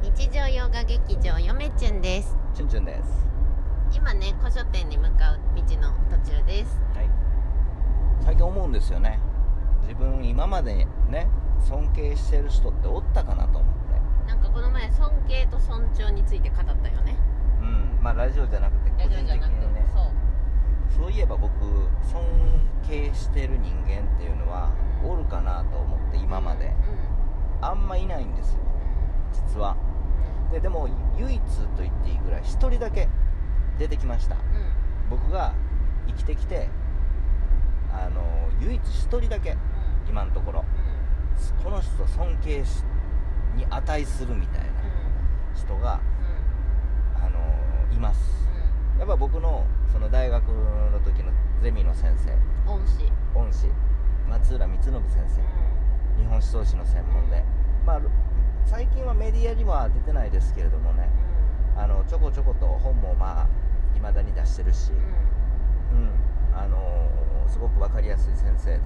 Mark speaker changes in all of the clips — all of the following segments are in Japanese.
Speaker 1: 動画劇場よめちゅんです
Speaker 2: チュンチュンです。
Speaker 1: 今ね古書店に向かう道の途中です
Speaker 2: はい。最近思うんですよね。自分今までね尊敬してる人っておったかなと思って。
Speaker 1: なんかこの前尊敬と尊重について語ったよね
Speaker 2: うん。まあラジオじゃなくて個
Speaker 1: ラ
Speaker 2: 人
Speaker 1: ジオじゃ
Speaker 2: 的
Speaker 1: なくて
Speaker 2: にね。
Speaker 1: そう
Speaker 2: そういえば僕尊敬してる人間っていうのはおるかなと思って今まであんまいないんですよ実は。ででも唯一と言っていいぐらい一人だけ出てきました。
Speaker 1: うんうん
Speaker 2: 僕が生きてきてあの唯一一人だけ今のところ。この人尊敬しに値するみたいな人が、あのーいますやっぱ僕のその大学の時のゼミの先生
Speaker 1: うんうんうんうん恩師
Speaker 2: 恩師松浦光信先生日本思想史の専門で、まあ、最近はメディアには出てないですけれどもねあのちょこちょこと本もまあ未だに出してるし、
Speaker 1: うんうん
Speaker 2: うんあのーすごく分かりやすい先生で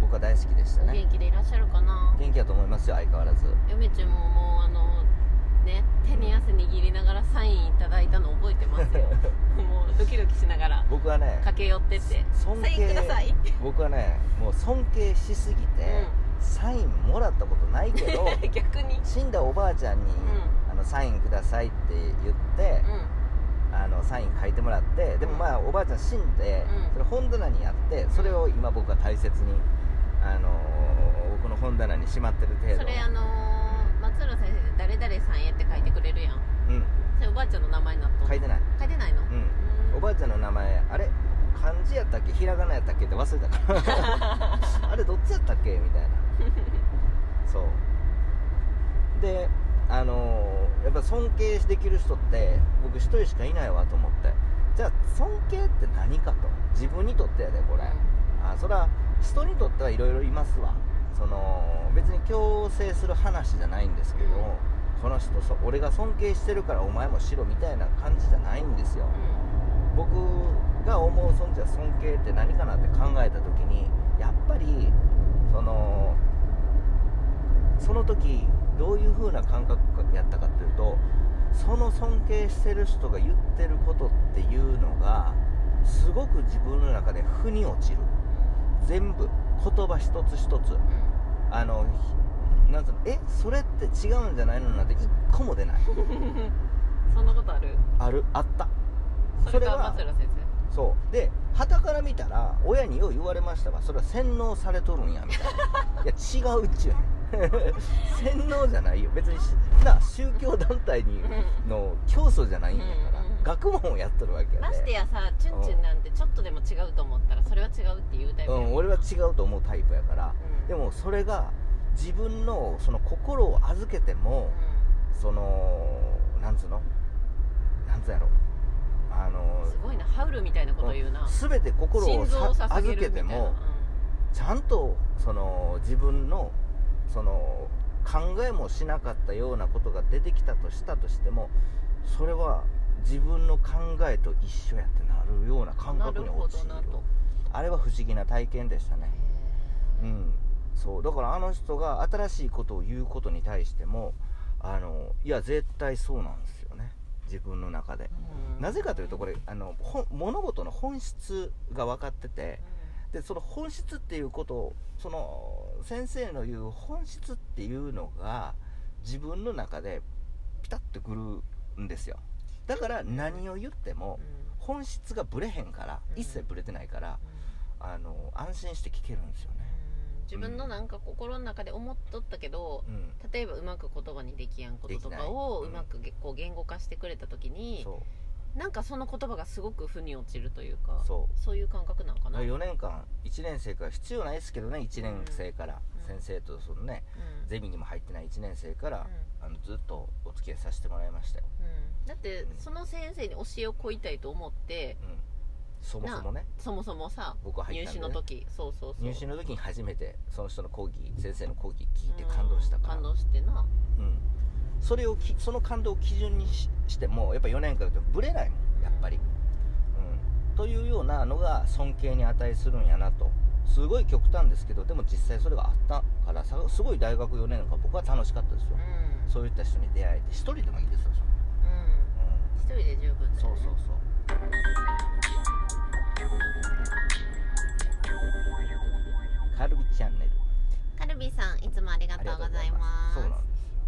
Speaker 2: 僕は大好きでした
Speaker 1: うんお元
Speaker 2: ね
Speaker 1: 気でいらっしゃるかな
Speaker 2: 元気だと思いますよ相変わらず
Speaker 1: よめちゅんももうあのね手に汗握りながらサインいただいたの覚えてますよもうドキドキしながら
Speaker 2: 僕はね
Speaker 1: 駆け寄ってって
Speaker 2: 尊
Speaker 1: サインくださいって
Speaker 2: 僕はねもう尊敬しすぎて、サインもらったことないけ ど
Speaker 1: 逆に
Speaker 2: 死んだおばあちゃんに、
Speaker 1: ん
Speaker 2: あのサインくださいって言って、あのサイン書いてもらってでもまあおばあちゃん死んで、
Speaker 1: うん
Speaker 2: それ本棚にあってそれを今僕は大切に、あのー僕の本棚にしまってる
Speaker 1: う
Speaker 2: 程
Speaker 1: ん
Speaker 2: 度
Speaker 1: それあのー松浦先生で「誰々さんへ」って書いてくれるやん
Speaker 2: うん
Speaker 1: それおばあちゃんの名前になっとん
Speaker 2: 書いてない、
Speaker 1: 書いてないの
Speaker 2: うん、おばあちゃんの名前あれ漢字やったっけひらがなやったっけって忘れたから
Speaker 1: あ
Speaker 2: あれどっちやったっけみたいなそうであのーやっぱ尊敬できる人って僕一人しかいないわと思ってじゃあ尊敬って何かと自分にとってやでこれあそれは人にとってはいろいろいますわその別に強制する話じゃないんですけど、この人そ俺が尊敬してるからお前もしろみたいな感じじゃないんですよ、僕が思う尊じゃ尊敬って何かなって考えた時にやっぱりそのその時どういう風な感覚やったかっていうとその尊敬してる人が言ってることっていうのがすごく自分の中で腑に落ちる全部言葉一つ一つあのひなんつうのえそれって違うんじゃないのなんて一個も出ない
Speaker 1: そんなことある
Speaker 2: あるあった
Speaker 1: それが松浦先生
Speaker 2: そうで傍から見たら親によう言われましたがそれは洗脳されとるんやみたい ないや違うっちゅうねん 洗脳じゃないよ別にしな宗教団体に
Speaker 1: うん
Speaker 2: の競争じゃないんやから、
Speaker 1: うんうん
Speaker 2: 学問をやっとるわけや
Speaker 1: ましてやさチュンチュンなんてちょっとでも違うと思ったらそれは違うって言うタイプ
Speaker 2: う
Speaker 1: やん
Speaker 2: ん、俺は違うと思うタイプやから
Speaker 1: うん
Speaker 2: でもそれが自分のその心を預けてもそのなんつうのなんつうやろあの
Speaker 1: うんすごいなハウルみたいなこと言うな
Speaker 2: 全て心を
Speaker 1: 心臓を
Speaker 2: さ
Speaker 1: 捧げ
Speaker 2: 預け
Speaker 1: るみた
Speaker 2: て
Speaker 1: いな
Speaker 2: もちゃんとその自分のその考えもしなかったようなことが出てきたとしたとしてもそれは自分の考えと一緒やってなるような
Speaker 1: うん
Speaker 2: 感
Speaker 1: な
Speaker 2: 覚
Speaker 1: る
Speaker 2: に
Speaker 1: ほど
Speaker 2: 陥る
Speaker 1: なと
Speaker 2: あれは不思議な体験でしたね
Speaker 1: へ
Speaker 2: う
Speaker 1: ー
Speaker 2: んそうだからあの人が新しいことを言うことに対してもあのいや絶対そうなんですよね自分の中で
Speaker 1: うん
Speaker 2: なぜかというとこれあのほん物事の本質が分かっててでその本質っていうことをその先生の言う本質っていうのが自分の中でピタッとくるんですよだから何を言っても本質がブレへんから
Speaker 1: うん
Speaker 2: 一切ブレてないからあの安心して聞けるんですよね
Speaker 1: 自分のなんか心の中で思っとったけど
Speaker 2: うん
Speaker 1: 例えばうまく言葉にできやんこととかをう
Speaker 2: できない
Speaker 1: まくげこう言語化してくれた時に
Speaker 2: そ
Speaker 1: なんかその言葉がすごく負に落ちるというか
Speaker 2: うそう
Speaker 1: そういう感覚なのかな、うん、
Speaker 2: 4年間1年生から必要ないですけどね1年生から
Speaker 1: うん
Speaker 2: 先生とそのね
Speaker 1: う
Speaker 2: ゼミにも入ってない1年生から
Speaker 1: ん
Speaker 2: あのずっとお付き合いさせてもらいましたよ、
Speaker 1: うんだって
Speaker 2: うん
Speaker 1: その先生に教えを請いたいと思って
Speaker 2: うん、そもそもね
Speaker 1: そもそもさ
Speaker 2: 僕は入
Speaker 1: 入
Speaker 2: ったん
Speaker 1: 試
Speaker 2: でね、
Speaker 1: の時そうそうそう
Speaker 2: 入試の時に初めてその人の講義先生の講義聞いて感動したから、
Speaker 1: うん感動してな
Speaker 2: うんそれをきその感動を基準にししてもやっぱ4年間でぶれないもんやっぱり、うんというようなのが尊敬に値するんやなとすごい極端ですけどでも実際それがあったからさすごい大学4年間僕は楽しかったですよ、
Speaker 1: うん
Speaker 2: そういった人に出会えて一人でもいいですよそん
Speaker 1: うん
Speaker 2: なうん
Speaker 1: 一人で十分だ
Speaker 2: そ
Speaker 1: よ
Speaker 2: う
Speaker 1: ね
Speaker 2: そうそうカルビチャンネル
Speaker 1: カルビーさんいつもありがとうございます
Speaker 2: そうなんですよ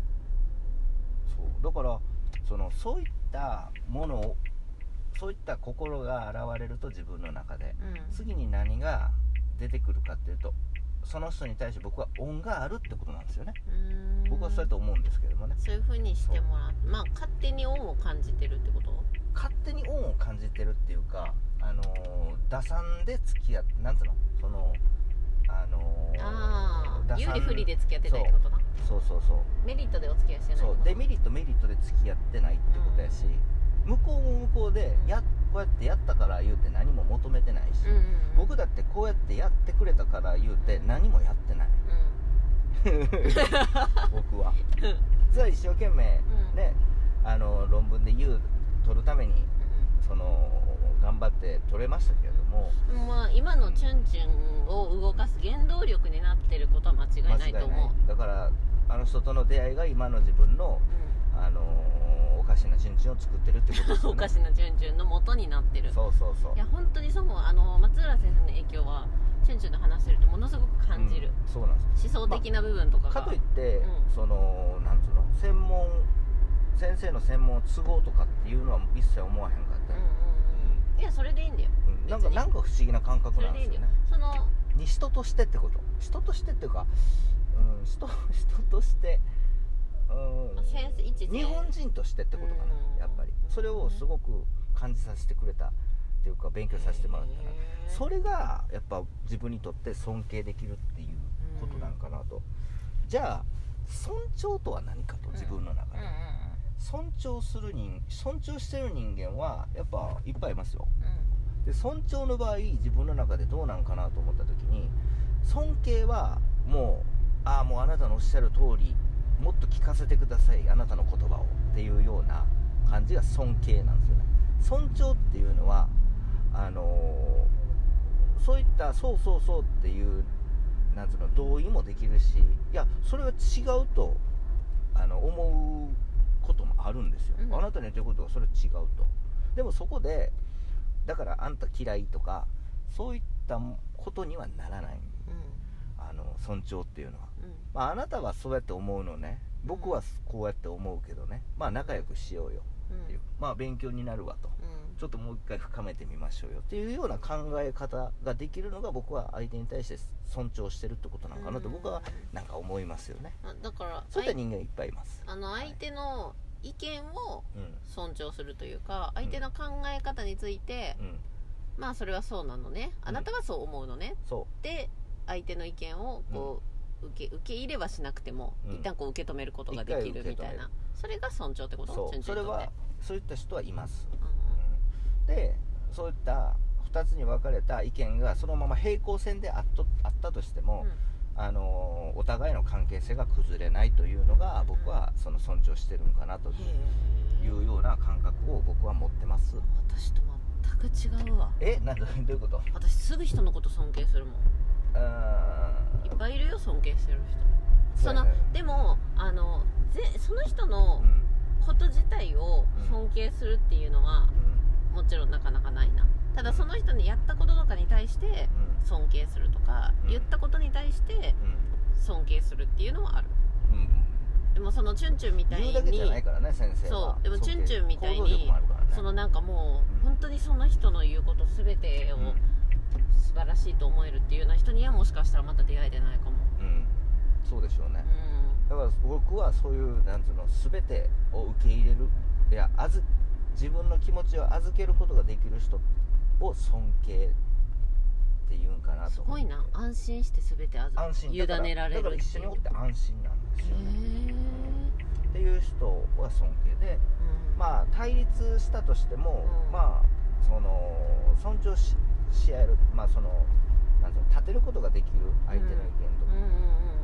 Speaker 2: そうだからそのそういったものをそういった心が現れると自分の中で
Speaker 1: うん
Speaker 2: 次に何が出てくるかっていうとその人に対して僕は恩があるってことなんですよね
Speaker 1: うーん
Speaker 2: 僕はそうやって思うんですけどもね
Speaker 1: そういう風にしてもらうまあ勝手に恩を感じてるってこと
Speaker 2: 勝手に恩を感じてるっていうかあのー打算で付き合ってなんつうのそのあのー
Speaker 1: ああ
Speaker 2: 打算
Speaker 1: 有利不利で付き合ってたいってことな
Speaker 2: そうそうそう
Speaker 1: メリットでお付き合いしてないって
Speaker 2: そ
Speaker 1: こ
Speaker 2: う
Speaker 1: と
Speaker 2: デメリットメリットで付き合ってないってことやし、向こうも向こうで
Speaker 1: うん
Speaker 2: やこうやってやったから言うて何も求めてないし、
Speaker 1: うんうんうん
Speaker 2: 僕だってこうやってやってくれたから言うて何もやってない
Speaker 1: う
Speaker 2: 僕は実は一生懸命
Speaker 1: うん
Speaker 2: ねあの論文で言う取るためにその頑張って取れましたけれども
Speaker 1: んうんまあ今のチュンチュンを動かす原動力になってることは間違いないと思う
Speaker 2: だからあの人との出会いが今の自分の、あのおかしなチュンチュンを作ってるってことです
Speaker 1: う
Speaker 2: よ
Speaker 1: ん
Speaker 2: ね
Speaker 1: おかしなチュンチュンの元になってる
Speaker 2: そうそうそう
Speaker 1: いや本当にそう思うあの松浦先生の影響はチュンチュンの話してるとものすごく感じる、
Speaker 2: うんそうなんです
Speaker 1: 思想的な部分とかが、
Speaker 2: かといって、
Speaker 1: うん
Speaker 2: そのなんつうの専門先生の専門を継ごうとかっていうのは一切思わへんかった
Speaker 1: うん
Speaker 2: よ、
Speaker 1: うんうんいやそれでいいんだよ
Speaker 2: うんなんか
Speaker 1: 別に
Speaker 2: なんか不思議な感覚
Speaker 1: それ
Speaker 2: なん
Speaker 1: でい
Speaker 2: で
Speaker 1: いんだ
Speaker 2: すよ
Speaker 1: よ
Speaker 2: ね
Speaker 1: その
Speaker 2: に人としてってこと人としてっていうか、うん、人人として、うん、
Speaker 1: 先生一先生
Speaker 2: 日本人としてってことかな、
Speaker 1: うん
Speaker 2: やっぱりそれをすごく感じさせてくれたっていうか勉強させてもらったな
Speaker 1: へー
Speaker 2: それがやっぱ自分にとって尊敬できるっていうことなんかなと、じゃあ尊重とは何かと
Speaker 1: うん
Speaker 2: 自分の中
Speaker 1: う
Speaker 2: で、
Speaker 1: んうん
Speaker 2: 尊重する人尊重してる人間はやっぱいっぱいいますよ
Speaker 1: う
Speaker 2: で尊重の場合自分の中でどうなんかなと思った時に尊敬はもうああもうあなたのおっしゃる通りもっと聞かせてくださいあなたの言葉をっていうような感じが尊敬なんですよね尊重っていうのはあのーそういったそうそうそうっていうなんつうの同意もできるしいやそれは違うとあの思うこともあるんですよ、
Speaker 1: うん
Speaker 2: あなたの言ってることがそれは違うとでもそこでだからあんた嫌いとかそういったことにはならない
Speaker 1: ん
Speaker 2: あの尊重っていうのは、
Speaker 1: うん
Speaker 2: まあ、あなたはそうやって思うのね僕はこうやって思うけどねまあ仲良くしようよ
Speaker 1: うん
Speaker 2: っていう、まあ勉強になるわと
Speaker 1: うん
Speaker 2: ちょっともう一回深めてみましょうよっていうような考え方ができるのが僕は相手に対して尊重してるってことなのかなと僕はなんか思いますよね
Speaker 1: あだから
Speaker 2: そういった人間いっぱいいます
Speaker 1: あの相手の意見を
Speaker 2: うん
Speaker 1: 尊重するというか相手の考え方について、
Speaker 2: うん
Speaker 1: まあそれはそうなのねあなたはそう思うのね、
Speaker 2: そ
Speaker 1: で相手の意見をこう、受け受け入れはしなくても、
Speaker 2: うん
Speaker 1: 一旦こう受け止めることができるみたい
Speaker 2: 一回受け止める
Speaker 1: なそれが尊重ってこ
Speaker 2: う
Speaker 1: と
Speaker 2: そう
Speaker 1: 順
Speaker 2: そ
Speaker 1: 々
Speaker 2: れ
Speaker 1: にとって
Speaker 2: はそういった人はいます
Speaker 1: うん
Speaker 2: でそういった2つに分かれた意見がそのまま平行線であっとあったとして
Speaker 1: う
Speaker 2: も、
Speaker 1: ん
Speaker 2: あのお互いの関係性が崩れないというのが僕はその尊重してるのかなとい
Speaker 1: うんへ
Speaker 2: うような感覚を僕は持ってます
Speaker 1: え私と全く違うわ
Speaker 2: え なんだどういうこと
Speaker 1: 私すぐ人のこと尊敬するもん
Speaker 2: うーん
Speaker 1: いっぱいいるよ尊敬してる人
Speaker 2: そ
Speaker 1: そう
Speaker 2: や
Speaker 1: の
Speaker 2: ね
Speaker 1: でもあのぜその人の
Speaker 2: うん
Speaker 1: こと自体を尊敬するっていうのはもちろんなかなかないなただその人にやったこととかに対して尊敬するとか、
Speaker 2: うん
Speaker 1: 言ったことに対して
Speaker 2: うん
Speaker 1: 尊敬するっていうのはある
Speaker 2: うんうん
Speaker 1: でもそのチュンチュンみ
Speaker 2: う
Speaker 1: た
Speaker 2: ん
Speaker 1: い
Speaker 2: 言
Speaker 1: に
Speaker 2: うだけじゃないからね先生は
Speaker 1: そうでもチュンチュンみたいに
Speaker 2: 行動力もあるからね
Speaker 1: そのなんかも
Speaker 2: うん
Speaker 1: う本当にその人の言うこと全てを
Speaker 2: うん
Speaker 1: 素晴らしいと思えるっていうような人にはもしかしたらまた出会えてないかも
Speaker 2: うんそうでしょうね、
Speaker 1: う
Speaker 2: だから僕はそういうなんつうの全てを受け入れるいやあず自分の気持ちを預けることができる人を尊敬っていうんかなん
Speaker 1: す
Speaker 2: と
Speaker 1: ご
Speaker 2: 思って
Speaker 1: いな安心して全てあず
Speaker 2: 安心
Speaker 1: 委ねられる
Speaker 2: だからだから一緒におって安心なんですよね、
Speaker 1: へ
Speaker 2: っていう人は尊敬で
Speaker 1: えうん
Speaker 2: まあ対立したとしても、
Speaker 1: うん
Speaker 2: まあその尊重しし合えるまあそのなんつうの立てることができる相手の意見とか、
Speaker 1: うんうん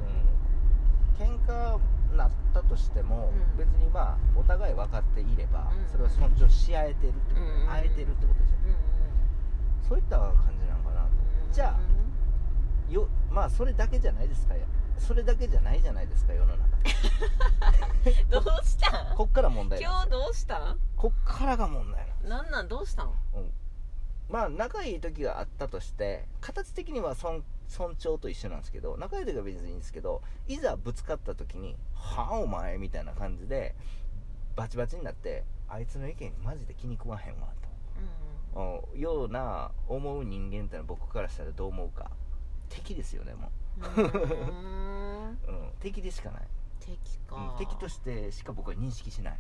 Speaker 2: うん喧嘩なったとしても、
Speaker 1: うん
Speaker 2: 別にまあお互い分かっていれば、
Speaker 1: うん
Speaker 2: それは尊重し合えてるってことで、
Speaker 1: うん
Speaker 2: 会えてるってことでしょ
Speaker 1: うんうんうんうん
Speaker 2: そういった感じなのかなとじゃあよまあそれだけじゃないですかそれだけじゃないじゃないですか世の中
Speaker 1: どうしたん
Speaker 2: こっから問題
Speaker 1: 今日どうしたん
Speaker 2: こっからが問題なの
Speaker 1: なんなんどうしたん
Speaker 2: まあ仲いい時があったとして形的には尊尊重と一緒なんですけど仲いい時は別にいいんですけどいざぶつかった時に「はあお前」みたいな感じでバチバチになってあいつの意見マジで気に食わへんわ
Speaker 1: うん
Speaker 2: とうんような思う人間ってのは僕からしたらどう思うか敵ですよねも
Speaker 1: うんうーん
Speaker 2: う、うん、敵でしかない、
Speaker 1: 敵
Speaker 2: うん
Speaker 1: か、
Speaker 2: 敵としてしか僕は認識しない、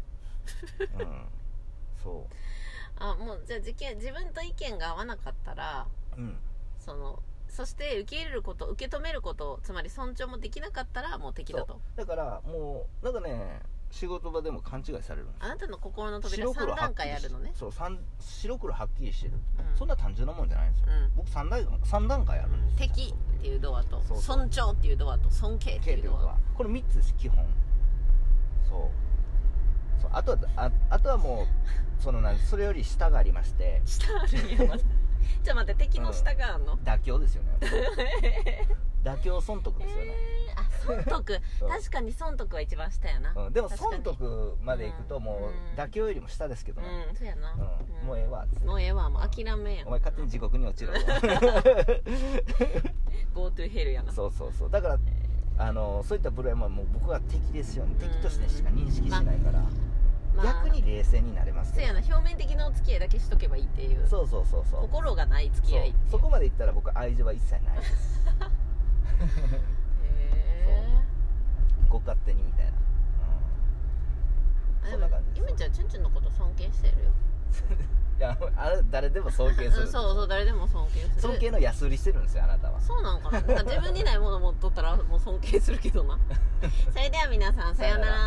Speaker 2: うん、そ
Speaker 1: あもうじゃあ事件自分と意見が合わなかったら
Speaker 2: ううん
Speaker 1: そのそして受け入れること受け止めることつまり尊重もできなかったらもう敵だと
Speaker 2: だからもうなんかね仕事場でも勘違いされるんですよ
Speaker 1: あなたの心の扉
Speaker 2: 白黒
Speaker 1: 3
Speaker 2: はっ
Speaker 1: 段
Speaker 2: き
Speaker 1: 階
Speaker 2: り
Speaker 1: あ
Speaker 2: し
Speaker 1: るのね
Speaker 2: そう三白黒はっきりしてる、
Speaker 1: うん
Speaker 2: そんな単純なもんじゃないんですよ、
Speaker 1: うん
Speaker 2: 僕3段三段階あるんですよ
Speaker 1: 敵っていうドアと
Speaker 2: そうそう
Speaker 1: 尊重っていうドアと尊敬っ
Speaker 2: K
Speaker 1: て
Speaker 2: っ
Speaker 1: い
Speaker 2: て
Speaker 1: う
Speaker 2: いう
Speaker 1: ド
Speaker 2: こと
Speaker 1: ア
Speaker 2: はこれ3つです基本そうそうあとはああとはもうその何それより下がありまして
Speaker 1: 下あるんやまだちょっと待って敵の下があんの、
Speaker 2: 妥協です よね妥協損得ですよね、
Speaker 1: あ損得
Speaker 2: うん
Speaker 1: 確かに損得は一番下やな
Speaker 2: うんでも
Speaker 1: 確かに
Speaker 2: 損得までいくとも
Speaker 1: うん
Speaker 2: う妥協よりも下ですけど
Speaker 1: う
Speaker 2: ね、
Speaker 1: んそうやな、
Speaker 2: うんもうええわっつって
Speaker 1: もうええわもう諦めや
Speaker 2: お前勝手に地獄に落ちろ
Speaker 1: GoTo ヘルやな
Speaker 2: そうそうそうだからあのそういった部類はもう僕は敵ですよね敵としてしか認識しないから、逆に冷静になれます
Speaker 1: そうやな表面的なお付き合いだけしとけばいいっていう
Speaker 2: そうそうそうそう
Speaker 1: 心がない付き合いっていう
Speaker 2: そうそこまでいったら僕は愛情は一切ないです
Speaker 1: へ
Speaker 2: ご勝手にみたいな、
Speaker 1: え
Speaker 2: そんな感じです
Speaker 1: ゆめちゃんチュンチュンのこと尊敬してるよ
Speaker 2: うん、いやあれ誰でも尊敬す
Speaker 1: う
Speaker 2: る
Speaker 1: んそうそう誰でも尊敬する
Speaker 2: 尊敬の安売りしてるんですよあなたは
Speaker 1: そうな のかななんか自分にないもの持っとったらもう尊敬するけどなそれでは皆さんさようなら